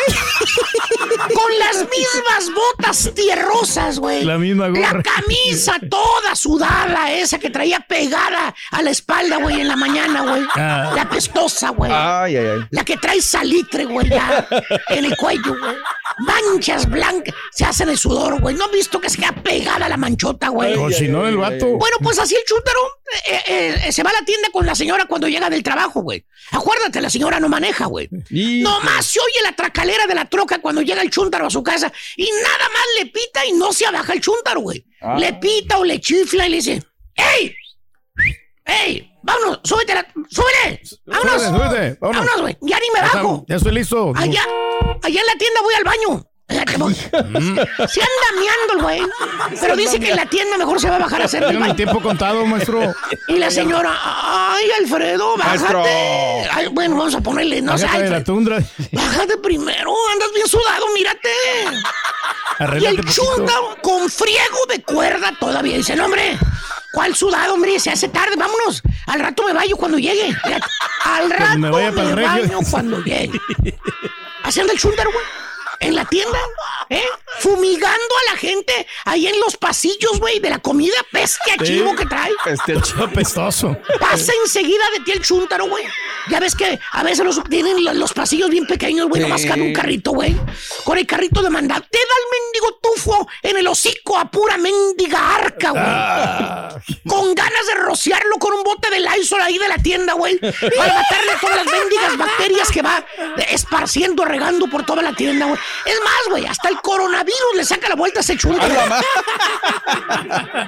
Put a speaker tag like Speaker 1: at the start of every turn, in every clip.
Speaker 1: Con las mismas botas tierrosas, güey.
Speaker 2: La misma gorra.
Speaker 1: La camisa toda sudada, esa que traía pegada a la espalda, güey, en la mañana, güey.
Speaker 2: Ah.
Speaker 1: La pestosa, güey.
Speaker 3: Ay, ay, ay.
Speaker 1: La que trae salitre, güey, ya, en el cuello, güey. Manchas blancas se hacen el sudor, güey. No han visto que se queda pegada la manchota, güey.
Speaker 2: Cocinó el vato.
Speaker 1: Bueno, pues así el chútaro eh, eh, eh, se va a la tienda con la señora cuando llega del trabajo, güey. Acuérdate, la señora no maneja, güey.
Speaker 3: Y-
Speaker 1: Nomás se oye la tracalera de la troca cuando llega el chúntaro a su casa y nada más le pita y no se abaja el chúntaro, güey. Le pita o le chifla y le dice, ¡Ey! ¡Ey! ¡Vámonos! ¡Súbete! La... ¡Súbele! ¡Vámonos!
Speaker 2: Súbete, súbete, vámonos.
Speaker 1: ¡Vámonos, güey! ¡Ya ni me
Speaker 2: Ya
Speaker 1: bajo!
Speaker 2: está- Ya estoy listo.
Speaker 1: Allá, allá en la tienda voy al baño. Allá que voy. Se anda miando el güey. Pero dice que en la tienda mejor se va a bajar a hacer el
Speaker 2: Tengo mi
Speaker 1: baño.
Speaker 2: tiempo contado, maestro.
Speaker 1: Y la señora, ay, Alfredo,
Speaker 3: Maestro.
Speaker 1: bájate. Ay, bueno, vamos a ponerle, no sé,
Speaker 2: Bájate de la
Speaker 1: Alfredo.
Speaker 2: tundra.
Speaker 1: Bájate primero, andas bien sudado, mírate. Y
Speaker 2: Arréglate
Speaker 1: el
Speaker 2: poquito.
Speaker 1: chunda con friego de cuerda todavía. Dice, no, hombre, ¿cuál sudado, hombre? Se hace tarde, vámonos. Al rato me baño cuando llegue. Fíjate, Al
Speaker 2: me
Speaker 1: rato me,
Speaker 2: vaya pa'l regio.
Speaker 1: baño cuando llegue. Haciendo el chundar, güey. En la tienda, ¿eh? Fumigando a la gente ahí en los pasillos, güey, de la comida peste a chivo que trae.
Speaker 3: Este
Speaker 2: Apestoso.
Speaker 1: Pasa enseguida de ti el chuntaro, güey. Ya ves que a veces los tienen lo- los pasillos bien pequeños, güey. Nomás
Speaker 3: Sí.
Speaker 1: cabe un carrito, güey. Con el carrito de mandar. Te da el mendigo tufo en el hocico a pura mendiga arca, güey. Con ganas de rociarlo con un bote de Lysol ahí de la tienda, güey. Para matarle todas las mendigas bacterias que va esparciendo, regando por toda la tienda, güey. Es más, güey, hasta el coronavirus le saca la vuelta a ese chuntaro.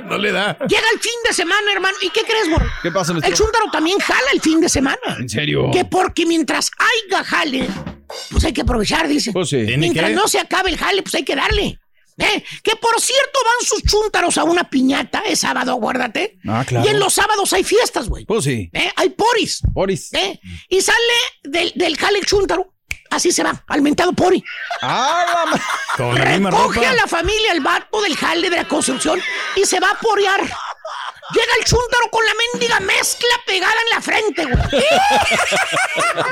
Speaker 2: No le da.
Speaker 1: Llega el fin de semana, hermano. ¿Y qué crees, güey?
Speaker 3: ¿Qué pasa,
Speaker 1: El
Speaker 3: maestro?
Speaker 1: chúntaro también jala el fin de semana. ¿En
Speaker 3: serio?
Speaker 1: Que porque mientras haya jale, pues hay que aprovechar, dice.
Speaker 3: Pues sí.
Speaker 2: Tiene
Speaker 1: mientras
Speaker 2: que-
Speaker 1: no se acabe el jale, pues hay que darle. ¿Eh? Que por cierto van sus chúntaros a una piñata, es sábado, acuérdate.
Speaker 3: Ah, claro.
Speaker 1: Y en los sábados hay fiestas, güey.
Speaker 3: Pues sí.
Speaker 1: ¿Eh? Hay poris.
Speaker 3: Boris.
Speaker 1: ¿eh? Y sale del, del jale el chúntaro. Así se va, alimentado pori.
Speaker 3: ¡Ah, la ma-
Speaker 2: Con la misma
Speaker 1: Recoge a
Speaker 2: ropa.
Speaker 1: la familia, el barco del jale de la construcción y se va a porear. Llega el chúntaro con la mendiga mezcla pegada en la frente, güey.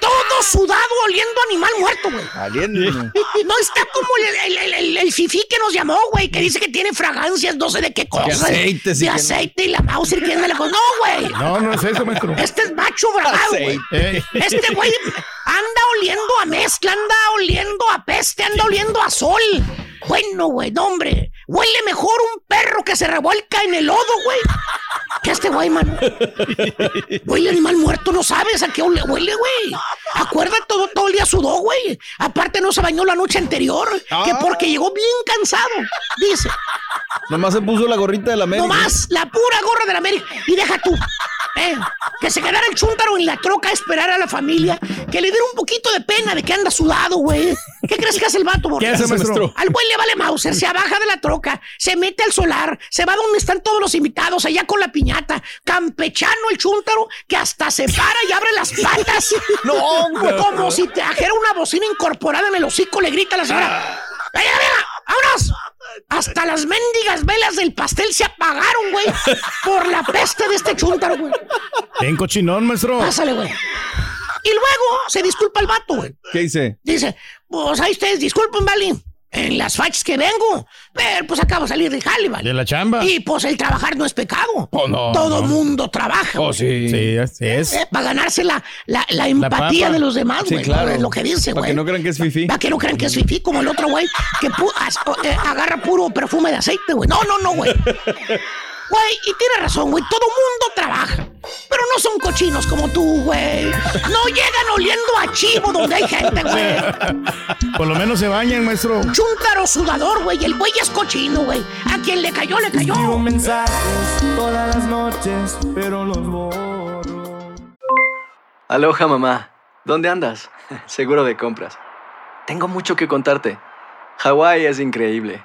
Speaker 1: Todo sudado, oliendo a animal muerto, güey.
Speaker 3: Caliente.
Speaker 1: No está como el, el, el- el- el fifí que nos llamó, güey, que dice que tiene fragancias, no sé de qué cosas.
Speaker 3: aceites y
Speaker 1: De
Speaker 3: que-
Speaker 1: aceite y la Mauser, que anda la cosa. No, güey.
Speaker 2: No, no es eso, maestro.
Speaker 1: Este es macho bravo, güey.
Speaker 3: Aceite.
Speaker 2: Eh,
Speaker 1: Este güey anda oliendo a mezcla, anda oliendo a peste, anda oliendo a sol. Bueno, güey, no, hombre. Huele mejor un perro que se revuelca en el lodo, güey. Que este güey, mano. Huele animal muerto, no sabes a qué huele, huele, güey. Acuérdate, todo, todo el día sudó, güey. Aparte no se bañó la noche anterior, que
Speaker 3: Ah.
Speaker 1: porque llegó bien cansado. Dice,
Speaker 3: Nomás se puso la gorrita de la América.
Speaker 1: nomás la pura gorra de la América. Y deja tú, eh, que se quedara el chúntaro en la troca a esperar a la familia, que le diera un poquito de pena de que anda sudado, güey. ¿Qué crees que hace el vato, Borja?
Speaker 2: ¿Qué hace, maestro?
Speaker 1: Al güey le vale Mauser, se abaja de la troca, se mete al solar, se va donde están todos los invitados, allá con la piñata, campechano el chúntaro, que hasta se para y abre las patas. No, Como si trajera una bocina incorporada en el hocico, le grita a la señora. ¡Venga, venga! ¡Vámonos! Hasta las mendigas velas del pastel se apagaron, güey. Por la peste de este chuntaro, güey.
Speaker 2: Ven cochinón, maestro.
Speaker 1: Pásale, güey. Y luego se disculpa el vato, güey.
Speaker 3: ¿Qué hice?
Speaker 1: Dice, pues ahí ustedes disculpen, vale. En las fachas que vengo. Pero pues acabo de salir del jale, vale.
Speaker 2: De la chamba.
Speaker 1: Y pues el trabajar no es pecado.
Speaker 2: Oh, no,
Speaker 1: Todo
Speaker 2: no.
Speaker 1: mundo trabaja.
Speaker 3: Oh,
Speaker 1: güey.
Speaker 3: sí.
Speaker 2: Sí, así es.
Speaker 1: Eh, para ganarse la, la, la empatía
Speaker 2: papa.
Speaker 1: de los demás,
Speaker 3: Sí,
Speaker 1: güey.
Speaker 3: claro.
Speaker 1: Es lo que dice, güey.
Speaker 3: Para que no crean que es fifí.
Speaker 1: Para que no crean que es fifí como el otro güey que pu- as- o- eh, agarra puro perfume de aceite, güey. No, no, no, güey. Güey, y tiene razón, güey. Todo mundo trabaja. Pero no son cochinos como tú, güey. No llegan oliendo a chivo donde hay gente, güey.
Speaker 2: Por lo menos se bañan, maestro.
Speaker 1: Chúntaro sudador, güey. El güey es cochino, güey. A quien le cayó, le cayó.
Speaker 4: Aloha mamá, ¿dónde andas? Seguro de compras. Tengo mucho que contarte. Hawái es increíble.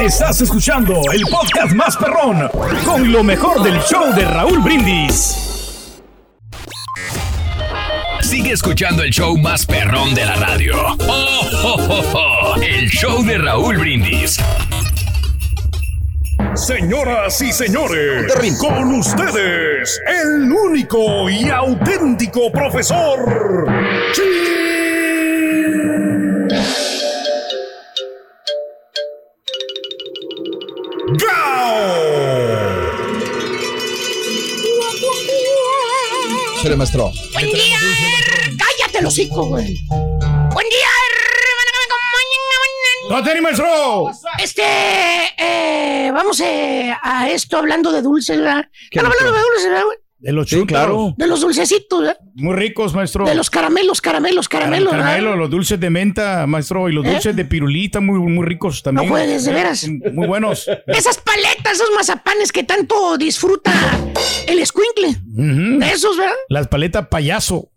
Speaker 5: Estás escuchando el podcast más perrón con lo mejor del show de Raúl Brindis. Sigue escuchando el show más perrón de la radio. Oh, oh, oh, oh, el show de Raúl Brindis.
Speaker 6: Señoras y señores, con ustedes, el único y auténtico profesor. Chi- Gao.
Speaker 1: Buen día, her- cállate los hocico, güey. Buen día, er. hermano, que me acompañen.
Speaker 2: ¡No te animes, maestro!
Speaker 1: Este, eh, vamos eh, a esto hablando de dulces, ¿verdad? Están hablando de dulces, ¿verdad, güey?
Speaker 2: De los
Speaker 3: Sí, claro.
Speaker 1: De los dulcecitos, ¿verdad?
Speaker 2: Muy ricos, maestro.
Speaker 1: De los caramelos, caramelos, caramelos, ¿verdad?
Speaker 2: Caramelo, los dulces de menta, maestro, y los
Speaker 1: ¿Eh?
Speaker 2: dulces de pirulita, muy, muy ricos también.
Speaker 1: No juegues, de veras.
Speaker 2: Muy buenos.
Speaker 1: Esas paletas, esos mazapanes que tanto disfruta el escuincle.
Speaker 2: Ujú.
Speaker 1: De esos, ¿verdad?
Speaker 2: Las paletas payaso.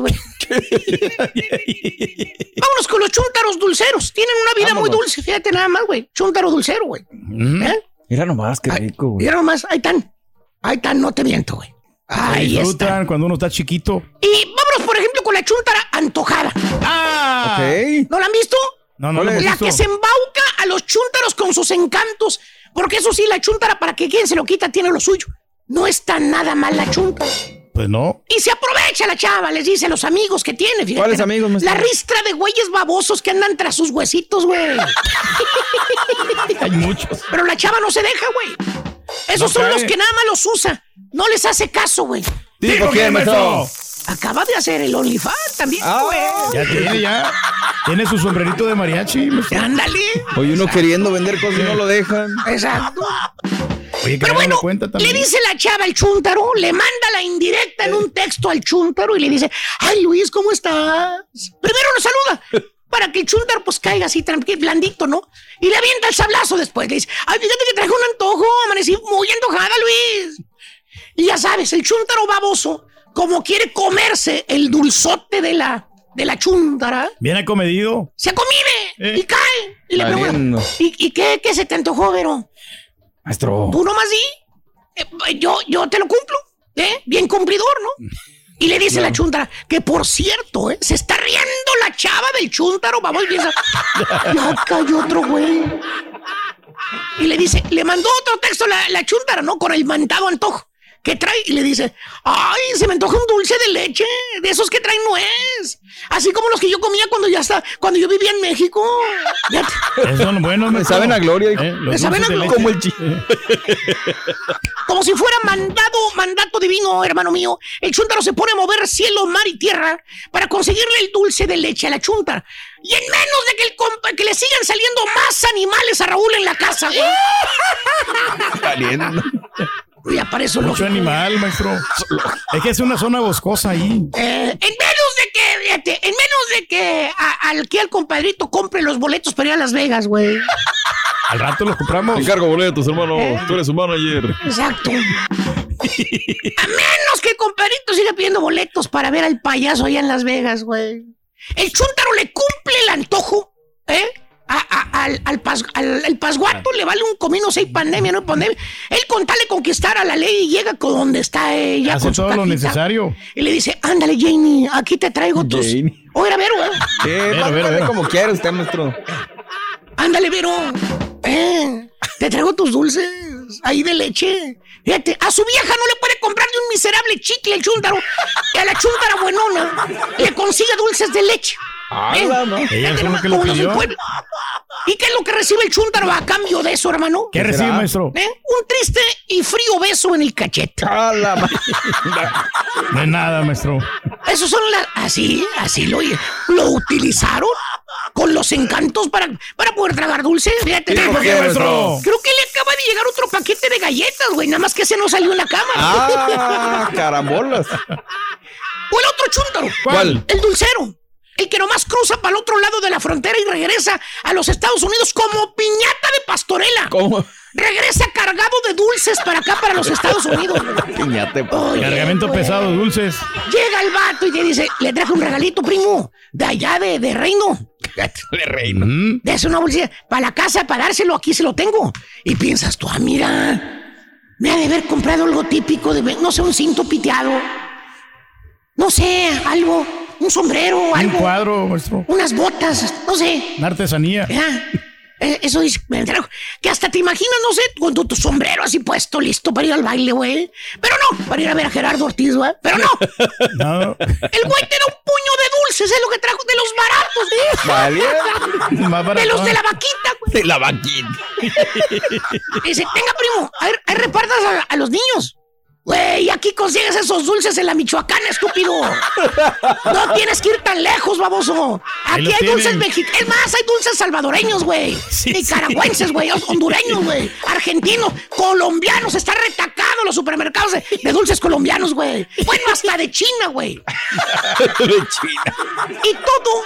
Speaker 1: güey. Vámonos con los chúntaros dulceros. Tienen una vida muy dulce, fíjate nada más, güey. Chúntaro dulcero, güey.
Speaker 2: Ujú.
Speaker 1: ¿Eh?
Speaker 3: Mira nomás, qué rico, güey.
Speaker 1: Mira nomás, ahí están. Ahí están, no te miento, güey. Ahí están.
Speaker 2: Disfrutan cuando uno está chiquito.
Speaker 1: Y vámonos, por ejemplo, con la chúntara antojada.
Speaker 2: ¡Ah!
Speaker 3: Ok.
Speaker 1: ¿No la han visto?
Speaker 2: No, no, lo hemos
Speaker 1: La
Speaker 2: visto.
Speaker 1: que se embauca a los chúntaros con sus encantos. Porque eso sí, la chúntara, para que quien se lo quita, tiene lo suyo. No está nada mal la chúntara.
Speaker 2: Pues no.
Speaker 1: Y se aprovecha la chava, les dice a los amigos que tiene. fíjate.
Speaker 3: ¿Cuáles amigos, maestro?
Speaker 1: La ristra de güeyes babosos que andan tras sus huesitos, güey.
Speaker 2: Hay muchos.
Speaker 1: Pero la chava no se deja, güey. Esos
Speaker 2: No
Speaker 1: son
Speaker 2: cae.
Speaker 1: los que nada más los usa. No les hace caso, güey.
Speaker 3: ¿Digo quién, maestro?
Speaker 1: Acaba de hacer el OnlyFans también,
Speaker 2: Ah.
Speaker 1: güey.
Speaker 2: Ya tiene, ya. Tiene su sombrerito de mariachi. maestro.
Speaker 1: Ándale.
Speaker 3: Oye, uno queriendo vender cosas y no lo dejan.
Speaker 1: Exacto.
Speaker 2: Pues, Oye, que
Speaker 1: Pero
Speaker 2: me
Speaker 1: bueno,
Speaker 2: cuenta
Speaker 1: le
Speaker 2: también. Eh.
Speaker 1: dice la chava al chúntaro, le manda la indirecta en un texto al chúntaro y le dice, ay Luis, ¿cómo estás? Primero lo saluda para que el chúntaro pues caiga así tranquilo, blandito, ¿no? Y le avienta el sablazo después, le dice, ay, fíjate que traje un antojo, amanecí muy enojada, Luis. Y ya sabes, el chúntaro baboso, como quiere comerse el dulzote de la, de la chúntara,
Speaker 2: Bien acomedido.
Speaker 1: se acomide
Speaker 2: Eh.
Speaker 1: y cae. Y le
Speaker 3: Valiendo.
Speaker 1: pregunta, ¿y, y qué, qué se te antojó, Vero?
Speaker 3: Maestro.
Speaker 1: Tú nomás di, eh, yo, yo te lo cumplo, ¿eh? Bien cumplidor, ¿no? Y le dice la chuntara, que por cierto, ¿eh? se está riendo la chava del chuntaro, vamos, y piensa, ya cayó otro güey. Y le dice, le mandó otro texto la, la chuntara, ¿no? Con el mandado antojo. ¿Qué trae? Y le dice, ay, se me antoja un dulce de leche, de esos que traen nuez. Así como los que yo comía cuando ya está, cuando yo vivía en México. Ya te-
Speaker 2: Son buenos, Eh,
Speaker 3: Me saben a gloria, hijo.
Speaker 1: Me saben a gloria.
Speaker 3: Como el chi.
Speaker 1: Como si fuera mandado, mandato divino, hermano mío. El chuntaro se pone a mover cielo, mar y tierra para conseguirle el dulce de leche a la chunta. Y en menos de que, el compa- que le sigan saliendo más animales a Raúl en la casa, güey. Ya para eso
Speaker 2: Mucho animal, maestro. Es que es una zona boscosa ahí.
Speaker 1: Eh, en menos de que, fíjate, en menos de que a- al que al compadrito compre los boletos para ir a Las Vegas, güey.
Speaker 2: Al rato los compramos.
Speaker 7: Te encargo boletos, hermano. Tú eres su manager.
Speaker 1: Exacto. A menos que el compadrito siga pidiendo boletos para ver al payaso allá en Las Vegas, güey. El chúntaro le cumple el antojo, ¿eh? A- a- al, al pas- al- al pasguato le vale un comino seis pandemia, no hay pandemia. Él con tal de conquistar a la ley y llega con donde está ella.
Speaker 2: Hace
Speaker 1: con su
Speaker 2: todo lo
Speaker 1: cajita.
Speaker 2: necesario.
Speaker 1: Y le dice, ándale, Janie, aquí te traigo tus...
Speaker 2: Janie.
Speaker 1: Oh, era Vero, ¿eh?
Speaker 3: Eh, como quiera usted, maestro.
Speaker 6: Eh.
Speaker 1: Ándale, Vero. Eh, te traigo tus dulces ahí de leche. Fíjate, a su vieja no le puede comprar ni un miserable chicle el chúndaro. Y a la chúndara buenona le consigue dulces de leche.
Speaker 6: ¡Hala, no!
Speaker 1: fíjate
Speaker 6: Ella fue lo
Speaker 1: nomás
Speaker 6: que lo
Speaker 1: cómo nos
Speaker 6: pidió.
Speaker 1: encuentra. ¿Y qué es lo que recibe el chúndaro a cambio de eso, hermano?
Speaker 6: ¿Qué recibe,
Speaker 1: será?
Speaker 6: maestro?
Speaker 1: ¿Eh? Un triste y frío beso en el cachete.
Speaker 2: No es nada, maestro.
Speaker 1: Esos son las. Así, así lo, lo utilizaron con los encantos para, para poder tragar dulce. Fíjate.
Speaker 6: Sí, ¿por qué, maestro?
Speaker 1: Creo que le acaba de llegar otro paquete de galletas, güey. Nada más que se nos salió en la cámara.
Speaker 3: Ah, carambolas.
Speaker 1: O el otro chúntaro.
Speaker 3: ¿Cuál?
Speaker 1: El dulcero. El que nomás cruza para el otro lado de la frontera y regresa a los Estados Unidos como piñata de pastorela.
Speaker 3: ¿Cómo?
Speaker 1: Regresa cargado de dulces para acá, para los Estados Unidos.
Speaker 3: Piñate, pues.
Speaker 2: Cargamento pesado, dulces.
Speaker 1: Llega el vato y te dice, le traje un regalito, primo, de allá de, de Reino.
Speaker 6: Le reino.
Speaker 1: De una bolsilla para la casa, para dárselo, aquí se lo tengo. Y piensas tú, ah, mira, me ha de haber comprado algo típico de, no sé, un cinto piteado. No sé, algo, un sombrero,
Speaker 2: Un
Speaker 1: algo.
Speaker 2: cuadro, maestro.
Speaker 1: Unas botas, no sé.
Speaker 2: Una artesanía.
Speaker 1: ¿verdad? Eh, Eso dice, me trajo- que hasta te imaginas, no sé, con tu, tu sombrero así puesto, listo para ir al baile, güey. Pero no, para ir a ver a Gerardo Ortiz, güey. Pero no,
Speaker 2: No.
Speaker 1: el güey te da un puño de dulces, es lo que trajo de los baratos, ¿eh?
Speaker 2: Más
Speaker 1: De los
Speaker 2: baratón.
Speaker 1: de la vaquita, güey.
Speaker 7: De la vaquita.
Speaker 1: Dice, tenga, primo, ahí, ahí repartas a, a los niños. Güey, aquí consigues esos dulces en la Michoacana, estúpido. No tienes que ir tan lejos, baboso.
Speaker 6: Ahí
Speaker 1: Aquí
Speaker 6: los
Speaker 1: hay dulces
Speaker 6: tienen.
Speaker 1: mexicanos. Es más, hay dulces salvadoreños, güey. Nicaragüenses, güey. Hondureños, güey. Argentinos, colombianos. Está retacado los supermercados de, de dulces colombianos, güey. Bueno, hasta de China, güey.
Speaker 6: De China.
Speaker 1: Y todo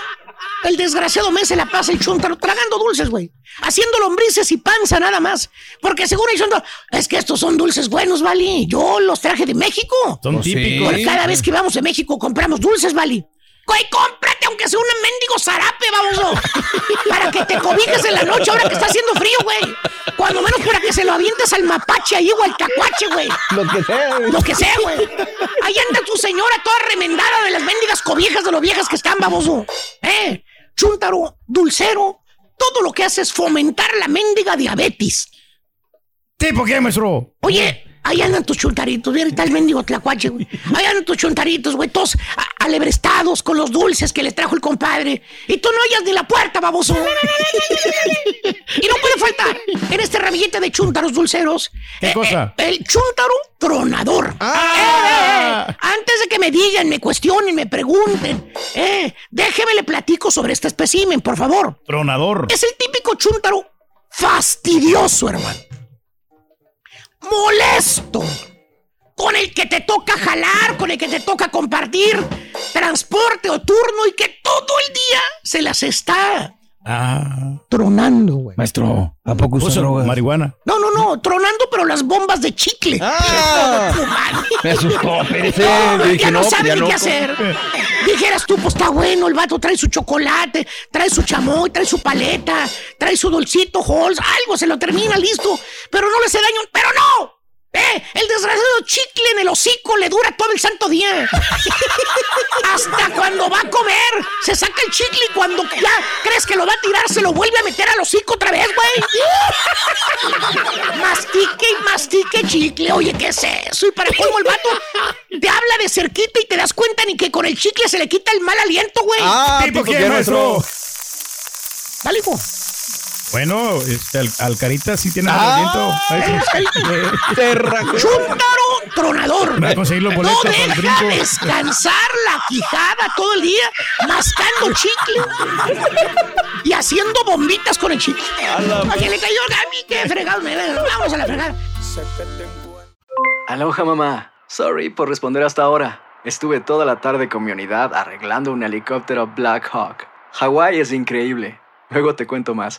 Speaker 1: el desgraciado mes se la pasa el chuntaro tragando dulces, güey. Haciendo lombrices y panza nada más. Porque según el chuntaro, es que estos son dulces buenos, Vali. Yo los traje de México.
Speaker 6: Son Pues sí. típicos.
Speaker 1: Porque cada vez que vamos a México compramos dulces, Vali. Güey, cómprate aunque sea un mendigo zarape, vamos. para que te cobijes en la noche ahora que está haciendo frío, güey. Cuando menos para que se lo avientes al mapache ahí o al tacuache, güey.
Speaker 3: Lo que sea.
Speaker 1: Lo que sea, güey. Ahí anda tu señora toda remendada de las mendigas cobijas de los viejas que están, baboso. ¿Eh? Chuntaro, dulcero, todo lo que hace es fomentar la mendiga diabetes.
Speaker 2: ¿Tipo qué, maestro?
Speaker 1: Oye, ahí andan tus chuntaritos. Mira, ahí está el mendigo tlacuache, güey. Ahí andan tus chuntaritos, güey, todos a- alebrestados con los dulces que le trajo el compadre. Y tú no hallas ni la puerta, baboso. y no puede faltar en este ramillete de chuntaros dulceros.
Speaker 2: ¿Qué
Speaker 1: eh,
Speaker 2: cosa?
Speaker 1: eh, el chuntaro tronador. Eh, eh, eh, antes de que me digan, me cuestionen, me pregunten, eh, déjeme le platico sobre este espécimen, por favor.
Speaker 2: Tronador.
Speaker 1: Es el típico chuntaro fastidioso, hermano. Molesto. Con el que te toca jalar, con el que te toca compartir transporte o turno y que todo el día se las está.
Speaker 2: Ah.
Speaker 1: Tronando, güey.
Speaker 2: Maestro, ¿a poco usa marihuana?
Speaker 1: No, no, no, tronando, pero las bombas de chicle.
Speaker 3: Ah,
Speaker 2: Me asustó, espérese.
Speaker 1: No, güey,
Speaker 2: Dije,
Speaker 1: ya no,
Speaker 2: no, pues
Speaker 1: sabe
Speaker 2: ya
Speaker 1: ni
Speaker 2: no.
Speaker 1: qué hacer. Dijeras tú, pues está bueno, el vato trae su chocolate, trae su chamoy, trae su paleta, trae su dolcito, Halls, algo, se lo termina, listo. Pero no le hace daño, pero no. Eh, el desgraciado chicle en el hocico le dura todo el santo día. Hasta cuando va a comer, se saca el chicle y cuando ya crees que lo va a tirar, se lo vuelve a meter al hocico otra vez, güey. mastique y mastique mastique chicle. Oye, ¿qué es eso? Y para cómo el vato te habla de cerquita y te das cuenta ni que con el chicle se le quita el mal aliento, güey.
Speaker 2: Ah, ¿Tipo quién, quién, maestro? maestro?
Speaker 1: Dale, hijo.
Speaker 2: Bueno, este, al, al carita sí tiene
Speaker 1: Ah,
Speaker 2: aliento.
Speaker 1: Chúntaro tronador.
Speaker 2: Voy a conseguir los boletos
Speaker 1: no
Speaker 2: para el
Speaker 1: deja
Speaker 2: brinco.
Speaker 1: descansar la quijada todo el día mascando chicle y haciendo bombitas con el chicle.
Speaker 4: la
Speaker 1: Oye, le cayó a mí, qué fregado me ven. Vamos a la fregada.
Speaker 4: Aloha mamá. Sorry por responder hasta ahora. Estuve toda la tarde con mi unidad arreglando un helicóptero Black Hawk. Hawái es increíble. Luego te cuento más.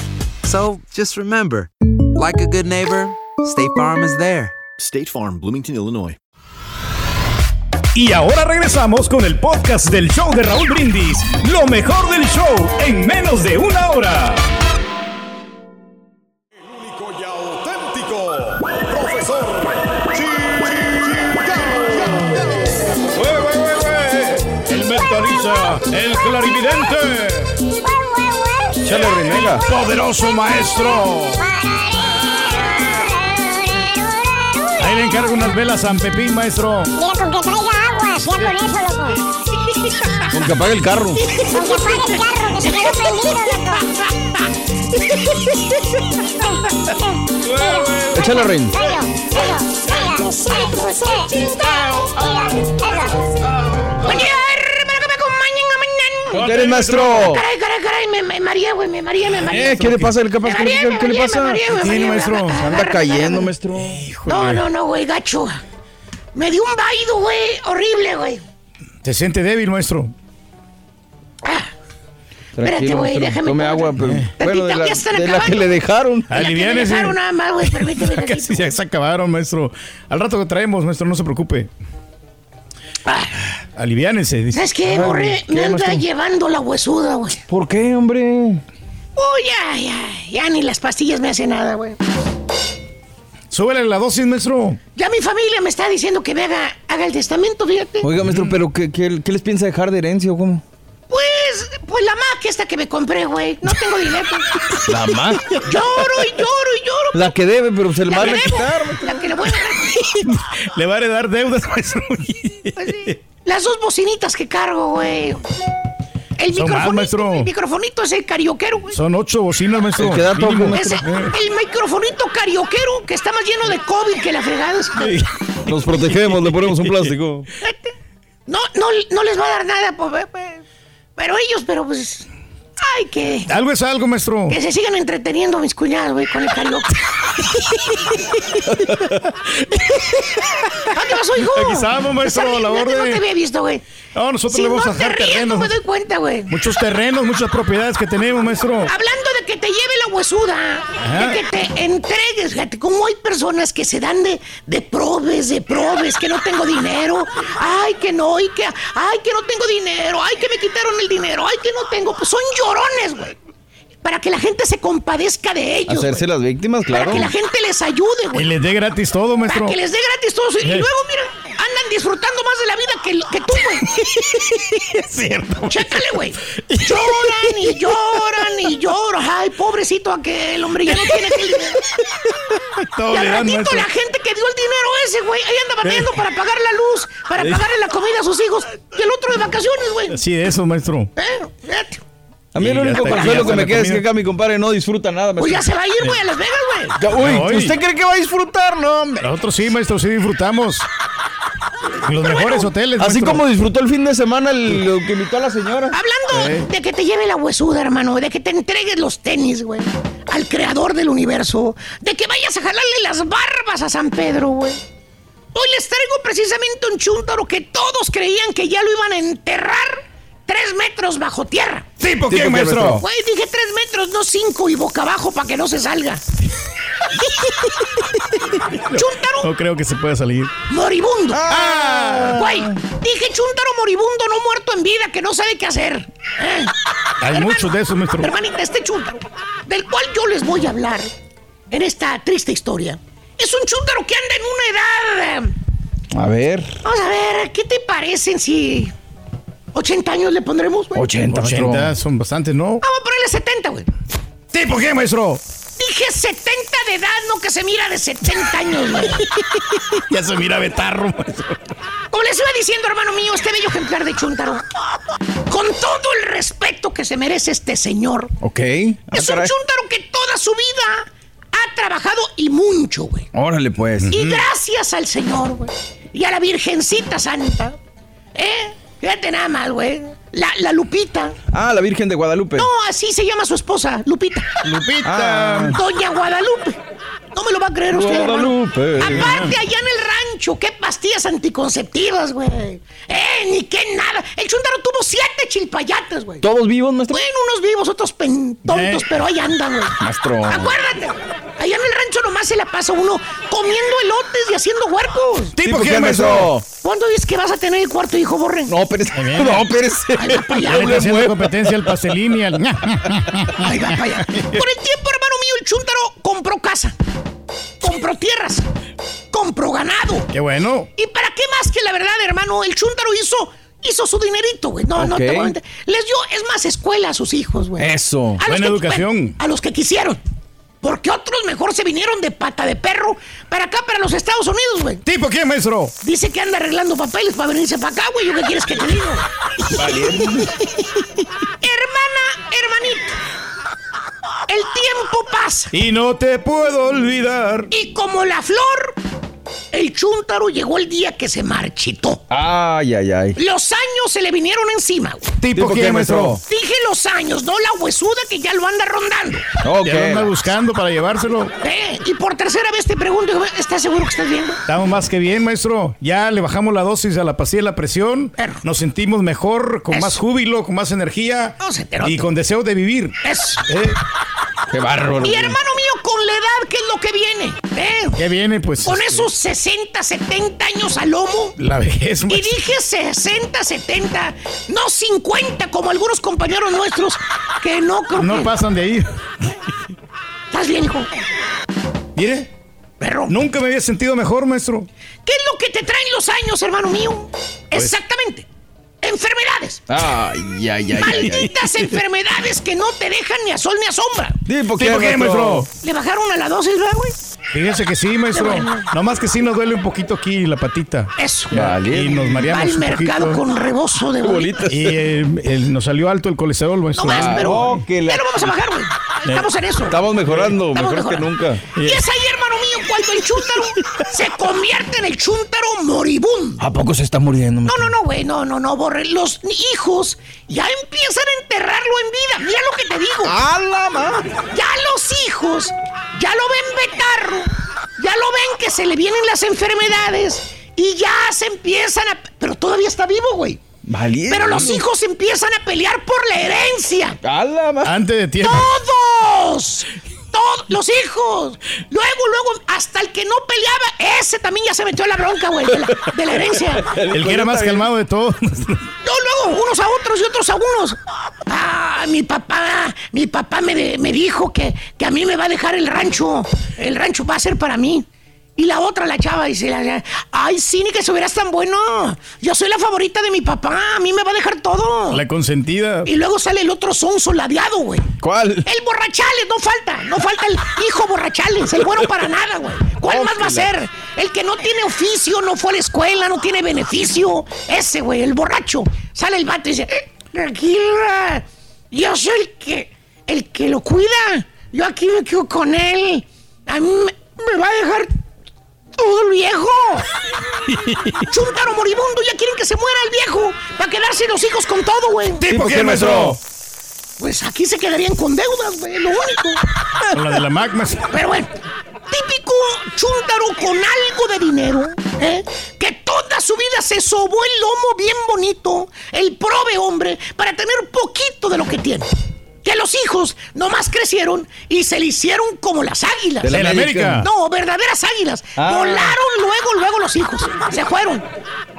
Speaker 8: So just remember like a good neighbor, State Farm is there. State Farm, Bloomington, Illinois.
Speaker 2: Y ahora regresamos con el podcast del show de Raúl Brindis. Lo mejor del show en menos de una hora.
Speaker 6: Profesor El mentaliza, el clarividente.
Speaker 2: Chale renega. Poderoso maestro. Ahí le encargo unas velas a San Pepín, maestro.
Speaker 9: Mira, con que traiga agua, ya con eso, loco.
Speaker 7: Con que apague el carro.
Speaker 9: Con que apague el carro, que se quedó prendido, loco.
Speaker 7: Échale, Rin.
Speaker 1: Buen día, hermano, que me acompañen a mañana.
Speaker 3: ¿Cómo te eres, maestro?
Speaker 1: Caray, caray, caray, me, me mareé, güey, me mareé, me mareé.
Speaker 3: Eh, ¿qué le pasa? ¿Qué
Speaker 1: Me
Speaker 3: le pasa?
Speaker 1: mareé,
Speaker 3: ¿Qué,
Speaker 1: me
Speaker 3: qué
Speaker 1: mareé,
Speaker 3: le
Speaker 1: me
Speaker 3: pasa?
Speaker 1: mareé, me mareé, me mareé.
Speaker 3: Anda cayendo, maestro.
Speaker 1: No, no, no, güey, gacho. Me dio un vaído, güey, horrible, güey.
Speaker 2: Se siente débil, maestro.
Speaker 1: Ah, Espérate, güey,
Speaker 3: maestro.
Speaker 1: déjame
Speaker 3: Tome
Speaker 1: tomar.
Speaker 3: agua, pero, bueno, de
Speaker 1: ya
Speaker 3: la,
Speaker 1: están
Speaker 3: de la que
Speaker 1: acabando.
Speaker 3: le dejaron.
Speaker 1: Me
Speaker 2: Aliviánese.
Speaker 1: dejaron nada más, güey, permíteme.
Speaker 2: Casi ya se acabaron, maestro. Al rato que traemos, maestro, no se preocupe.
Speaker 1: Ah.
Speaker 2: Aliviánense. dice.
Speaker 1: ¿Sabes qué, borre? Me anda llevando la huesuda, güey.
Speaker 3: ¿Por qué, hombre?
Speaker 1: Uy, ya, ya, ya ni las pastillas me hacen nada, güey.
Speaker 2: Súbele la dosis, maestro.
Speaker 1: Ya mi familia me está diciendo que me haga, haga el testamento, fíjate.
Speaker 3: Oiga, maestro, ¿pero qué, qué, qué les piensa dejar de herencia o cómo?
Speaker 1: Pues, pues la Mac esta que me compré, güey. No tengo dinero.
Speaker 3: La Mac.
Speaker 1: Lloro y lloro y lloro.
Speaker 3: La que debe, pero se le va a
Speaker 1: La que
Speaker 3: quitar.
Speaker 1: debo, La que le voy a dar. pues
Speaker 2: Le va a heredar deudas, maestro.
Speaker 1: Las dos bocinitas que cargo, güey. El
Speaker 2: Son más, maestro.
Speaker 1: microfonito, el microfonito es el carioquero, güey.
Speaker 2: Son ocho bocinas, maestro.
Speaker 1: El
Speaker 2: El
Speaker 1: que da toque, Ese- el microfonito carioquero que está más lleno de COVID que la fregada.
Speaker 7: Nos protegemos, le ponemos un plástico.
Speaker 1: No, no, no les va a dar nada, pues, pues, pero ellos, pero pues. Ay, que.
Speaker 2: Algo es algo, maestro.
Speaker 1: Que se sigan entreteniendo mis cuñados, güey, con el karaoke. ¿Dónde vas, hijo?
Speaker 2: Aquí estamos, maestro,
Speaker 1: Está bien,
Speaker 2: a la
Speaker 1: no te-
Speaker 2: orden.
Speaker 1: No te había visto, güey.
Speaker 2: No, nosotros
Speaker 1: Si
Speaker 2: le vamos
Speaker 1: no
Speaker 2: a
Speaker 1: te
Speaker 2: dejar
Speaker 1: ríes,
Speaker 2: terrenos.
Speaker 1: No me doy cuenta, güey.
Speaker 2: Muchos terrenos, muchas propiedades que tenemos, maestro.
Speaker 1: Hablando de que te lleve la huesuda,
Speaker 2: Ajá.
Speaker 1: de que te entregues, fíjate, como hay personas que se dan de, de probes, de probes, que no tengo dinero, ay, que no, y que, ay, que no tengo dinero, ay, que me quitaron el dinero, ay, que no tengo, pues son llorones, güey. Para que la gente se compadezca de ellos.
Speaker 3: Hacerse
Speaker 1: güey.
Speaker 3: las víctimas,
Speaker 1: Para
Speaker 3: claro.
Speaker 1: que la gente les ayude,
Speaker 2: Y
Speaker 1: güey.
Speaker 2: les dé gratis todo,
Speaker 1: Para
Speaker 2: maestro.
Speaker 1: que les dé gratis todo. Y
Speaker 2: Eh.
Speaker 1: luego, mira, andan disfrutando más de la vida que, que tú, güey. Es
Speaker 2: cierto.
Speaker 1: Chécale, güey. Lloran y lloran y lloran. Ay, pobrecito aquel hombre, ya no tiene aquel dinero.
Speaker 2: Todo
Speaker 1: y al
Speaker 2: le dan,
Speaker 1: ratito
Speaker 2: maestro.
Speaker 1: la gente que dio el dinero ese, güey, ahí anda batallando para pagar la luz, para
Speaker 2: Eh.
Speaker 1: pagarle la comida a sus hijos. Y el otro de vacaciones, güey. Eh,
Speaker 2: Sí, eso, maestro.
Speaker 3: A mí el
Speaker 2: Y
Speaker 3: único
Speaker 2: hasta aquí
Speaker 3: consuelo
Speaker 2: ya
Speaker 3: que me
Speaker 2: se
Speaker 3: queda es que
Speaker 2: termina.
Speaker 3: acá mi compadre no disfruta nada, maestro.
Speaker 1: Pues ya se va a ir, güey, a Las Vegas, güey.
Speaker 3: Ya, uy,
Speaker 2: Ay.
Speaker 3: ¿usted cree que va a disfrutar? No, hombre.
Speaker 2: Nosotros sí, maestro, sí disfrutamos. En los mejores hoteles.
Speaker 3: Así
Speaker 2: maestro.
Speaker 3: como disfrutó el fin de semana el- lo que invitó a la señora.
Speaker 1: Ah, Hablando
Speaker 3: Eh.
Speaker 1: de que te lleve la huesuda, hermano, de que te entregues los tenis, güey, al creador del universo, de que vayas a jalarle las barbas a San Pedro, güey. Hoy les traigo precisamente un chúntaro que todos creían que ya lo iban a enterrar tres metros bajo tierra.
Speaker 2: ¿Tipo quién, maestro?
Speaker 1: Güey, dije tres metros, no cinco y boca abajo para que no se salga. ¡Chuntaro!
Speaker 2: No creo que se pueda salir.
Speaker 1: ¡Moribundo! Güey, dije chuntaro moribundo, no muerto en vida, que no sabe qué hacer. Eh,
Speaker 2: Hay muchos de esos, maestro.
Speaker 1: Hermanita, este chuntaro, del cual yo les voy a hablar en esta triste historia, es un chuntaro que anda en una edad. eh,
Speaker 3: A ver.
Speaker 1: Vamos a ver, ¿qué te parecen si 80 años le pondremos, güey?
Speaker 2: 80,
Speaker 1: maestro.
Speaker 2: 80 son bastantes, ¿no?
Speaker 1: Vamos a ponerle 70, güey.
Speaker 2: ¿Tipo qué, maestro?
Speaker 1: Dije 70 de edad, no que se mira de 70 años, güey.
Speaker 2: Ya se mira betarro, pues. maestro.
Speaker 1: Como les iba diciendo, hermano mío, este bello ejemplar de Chuntaro, con todo el respeto que se merece este señor,
Speaker 3: Ok. Ah,
Speaker 1: es un
Speaker 3: caray.
Speaker 1: Chuntaro que toda su vida ha trabajado y mucho, güey.
Speaker 3: Órale, pues.
Speaker 1: Y gracias al Señor, güey, y a la Virgencita Santa, ¿eh? Fíjate nada más, güey. La, la Lupita.
Speaker 3: Ah, la Virgen de Guadalupe.
Speaker 1: No, así se llama su esposa, Lupita.
Speaker 3: Lupita. Ah.
Speaker 1: Doña Guadalupe. No me lo va a creer usted. hermano.
Speaker 3: Guadalupe.
Speaker 1: Aparte, allá en el rancho, qué pastillas anticonceptivas, güey. Eh, ni qué nada. El chuntaro tuvo siete chilpayates, güey.
Speaker 3: ¿Todos vivos, maestro?
Speaker 1: Bueno, unos vivos, otros pen- tontos,
Speaker 3: Eh.
Speaker 1: pero ahí andan, güey.
Speaker 3: Maestro.
Speaker 1: Acuérdate, allá en el rancho nomás se la pasa uno comiendo elotes y haciendo huercos.
Speaker 3: ¿Tipo qué, maestro?
Speaker 1: ¿Cuándo dices que vas a tener el cuarto hijo, Borre?
Speaker 3: No, pero No, espérese.
Speaker 1: Ahí va para
Speaker 2: Ya
Speaker 1: allá,
Speaker 2: le está
Speaker 1: güey.
Speaker 2: haciendo competencia al pastelín y al...
Speaker 1: Ahí va para allá. Por el tiempo, hermano mío, el chúntaro compró casa, compró tierras, compró ganado.
Speaker 2: Qué bueno.
Speaker 1: ¿Y para qué más que la verdad, hermano? El chúntaro hizo, hizo su dinerito, güey. No, no
Speaker 2: Ok.
Speaker 1: te voy a mentir. Les dio, es más, escuela a sus hijos, güey.
Speaker 2: Eso.
Speaker 1: A los
Speaker 2: Buena
Speaker 1: que-
Speaker 2: educación.
Speaker 1: A los que quisieron. Porque otros mejor se vinieron de pata de perro para acá, para los Estados Unidos, güey.
Speaker 2: ¿Tipo qué, maestro?
Speaker 1: Dice que anda arreglando papeles para venirse para acá, güey. ¿Yo qué quieres que te diga? Hermana, hermanito. El tiempo pasa.
Speaker 2: Y no te puedo olvidar.
Speaker 1: Y como la flor, el chúntaro llegó el día que se marchitó.
Speaker 3: Ay, ay, ay.
Speaker 1: Los años se le vinieron encima, güey.
Speaker 3: ¿Tipo qué, qué, maestro? maestro?
Speaker 1: Dije los años, no la huesuda que ya lo anda rondando.
Speaker 2: Ok. Ya lo anda buscando para llevárselo.
Speaker 1: Eh, Y por tercera vez te pregunto, hijo, ¿estás seguro que estás viendo?
Speaker 2: Estamos más que bien, maestro. Ya le bajamos la dosis a la pastilla y la presión. Nos sentimos mejor, con más júbilo, con más energía. y con deseo de vivir. ¿Eh?
Speaker 1: Eso.
Speaker 2: Qué bárbaro.
Speaker 1: Y hermano mío, con la edad, ¿qué es lo que viene? Eh,
Speaker 2: ¿Qué viene, pues?
Speaker 1: Con
Speaker 2: este,
Speaker 1: esos 60, 70 años al lomo.
Speaker 2: La vejez,
Speaker 1: Y
Speaker 2: maestro.
Speaker 1: dije 60, 70, no 50, como algunos compañeros nuestros que no creo
Speaker 2: No
Speaker 1: que-
Speaker 2: pasan de ahí.
Speaker 1: ¿Estás bien, hijo?
Speaker 2: Mire. Nunca me había sentido mejor, maestro.
Speaker 1: ¿Qué es lo que te traen los años, hermano mío? Exactamente. Enfermedades.
Speaker 3: Ay, ay, ay.
Speaker 1: Malditas enfermedades que no te dejan ni a sol ni a sombra.
Speaker 3: ¿Tipo
Speaker 2: qué, ¿Tipo qué, maestro? maestro?
Speaker 1: Le bajaron a la dosis, ¿verdad, güey?
Speaker 2: Fíjese que sí, maestro.
Speaker 1: Qué bueno.
Speaker 2: Nomás que sí nos duele un poquito aquí la patita.
Speaker 1: Eso.
Speaker 2: Y nos mareamos.
Speaker 1: Al
Speaker 2: un
Speaker 1: mercado
Speaker 2: poquito.
Speaker 1: con rebozo de bolitas.
Speaker 2: Y eh, el- nos salió alto el colesterol, maestro.
Speaker 1: No más, pero ya lo vamos a bajar, güey.
Speaker 2: Eh,
Speaker 1: Estamos en eso.
Speaker 2: estamos mejorando,
Speaker 1: Estamos
Speaker 2: mejor que nunca.
Speaker 1: Y es ahí, hermano mío, cuando el chúntaro se convierte en el chúntaro moribundo.
Speaker 3: ¿A poco se está muriendo?
Speaker 1: No, no, no, güey, no, no, no, borre. Los hijos ya empiezan a enterrarlo en vida. Mira lo que te digo.
Speaker 3: ¡A la madre!
Speaker 1: Ya los hijos ya lo ven betarro, ya lo ven que se le vienen las enfermedades y ya se empiezan a. Pero todavía está vivo, güey.
Speaker 3: Valiente.
Speaker 1: Pero los hijos empiezan a pelear por la herencia.
Speaker 2: Antes de tiempo.
Speaker 1: ¡Todos! ¡Todos! ¡Los hijos! Luego, luego, hasta el que no peleaba, ese también ya se metió en la bronca, güey, de la, de la herencia.
Speaker 2: El que era más calmado de todos.
Speaker 1: No, luego, unos a otros y otros a unos. Ah, mi papá, mi papá me, de- me dijo que, que a mí me va a dejar el rancho. El rancho va a ser para mí. Y la otra, la chava, dice, la- la- ay, sí, ni que estuvieras tan bueno. Yo soy la favorita de mi papá, a mí me va a dejar todo.
Speaker 2: La consentida.
Speaker 1: Y luego sale el otro sonso ladeado, güey.
Speaker 2: ¿Cuál?
Speaker 1: El borrachales, no falta, no falta el hijo borrachales, el bueno para nada, güey. ¿Cuál más va a ser? El que no tiene oficio, no fue a la escuela, no tiene beneficio. Ese, güey, el borracho. Sale el vato y dice, "Eh, tranquila, yo soy el que, el que lo cuida. Yo aquí me quedo con él. A mí me, me va a dejar todo el viejo. Chuntaro moribundo, ya quieren que se muera el viejo para quedarse los hijos con todo, güey.
Speaker 2: ¿Tipo qué, maestro?
Speaker 1: Pues aquí se quedarían con deudas, güey, lo
Speaker 2: Con
Speaker 1: único.
Speaker 2: la de la Mac, maestro.
Speaker 1: Pero bueno, típico chúntaro con algo de dinero, ¿eh? que toda su vida se sobó el lomo bien bonito, el prove hombre, para tener poquito de lo que tiene. que los hijos nomás crecieron y se le hicieron como las águilas.
Speaker 10: De la Del América.
Speaker 1: No, verdaderas águilas.
Speaker 10: Ah.
Speaker 1: Volaron luego, luego los hijos. Se fueron.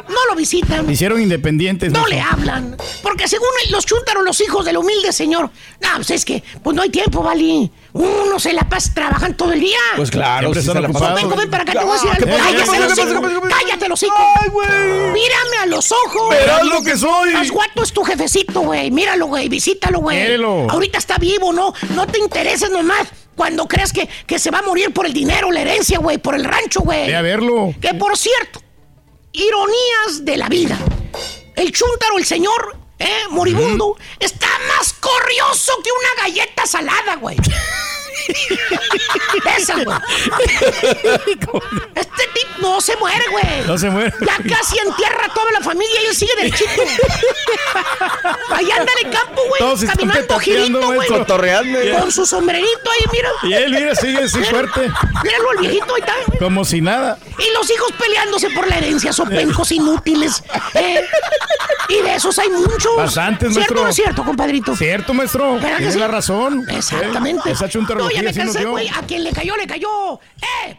Speaker 1: No lo visitan.
Speaker 2: Se hicieron independientes.
Speaker 1: No
Speaker 2: mijo.
Speaker 1: le hablan. Porque según los chúntaros, los hijos del humilde señor. No, pues es que, pues no hay tiempo, Vali. Uno se la pasa trabajando todo el día.
Speaker 11: Pues claro, Siempre si están se la pasa- ocupados.
Speaker 1: Ven, ven, ven para acá, te voy a decir
Speaker 11: Ah,
Speaker 1: algo.
Speaker 11: eh, eh,
Speaker 1: Cállate
Speaker 11: eh,
Speaker 1: los
Speaker 11: eh, eh,
Speaker 1: hijos. Cállate los hijos. Mírame a los ojos.
Speaker 10: Verás lo que soy.
Speaker 1: Asguato es tu jefecito, güey. Míralo, güey. Visítalo, güey.
Speaker 10: Quiérelo.
Speaker 1: Ahorita está vivo, ¿no? No te intereses nomás. Cuando creas que, que se va a morir por el dinero, la herencia, güey, por el rancho, güey.
Speaker 2: Ve a verlo.
Speaker 1: Que por cierto, ironías de la vida. El chúntaro, el señor, eh, moribundo, está más corrioso que una galleta salada, güey. Esa, güey. Este tipo no se muere, güey.
Speaker 2: No se muere.
Speaker 1: Ya casi entierra a toda la familia y él sigue del chico. Allá anda en el campo,
Speaker 2: Todos
Speaker 1: güey.
Speaker 2: están
Speaker 1: Caminando
Speaker 2: petateando,
Speaker 1: girito, güey.
Speaker 2: güey, cotorreando, güey.
Speaker 1: Con su sombrerito ahí, mira.
Speaker 2: Y él, mira, sigue así fuerte.
Speaker 1: Míralo, el viejito, ahí está.
Speaker 2: Como si nada.
Speaker 1: Y los hijos peleándose por la herencia, sopencos inútiles. ¿eh? Y de esos hay muchos.
Speaker 2: Bastantes,
Speaker 1: ¿Cierto
Speaker 2: maestro.
Speaker 1: o no es cierto, compadrito?
Speaker 2: Cierto, maestro.
Speaker 1: ¿Verdad que
Speaker 2: Tienes
Speaker 1: sí?
Speaker 2: la razón.
Speaker 1: Exactamente.
Speaker 2: Esa
Speaker 1: no,
Speaker 2: chuntarología
Speaker 1: ya me
Speaker 2: sí nos
Speaker 1: cansé,
Speaker 2: dio.
Speaker 1: güey. A quien le cayó, le cayó. ¡Eh!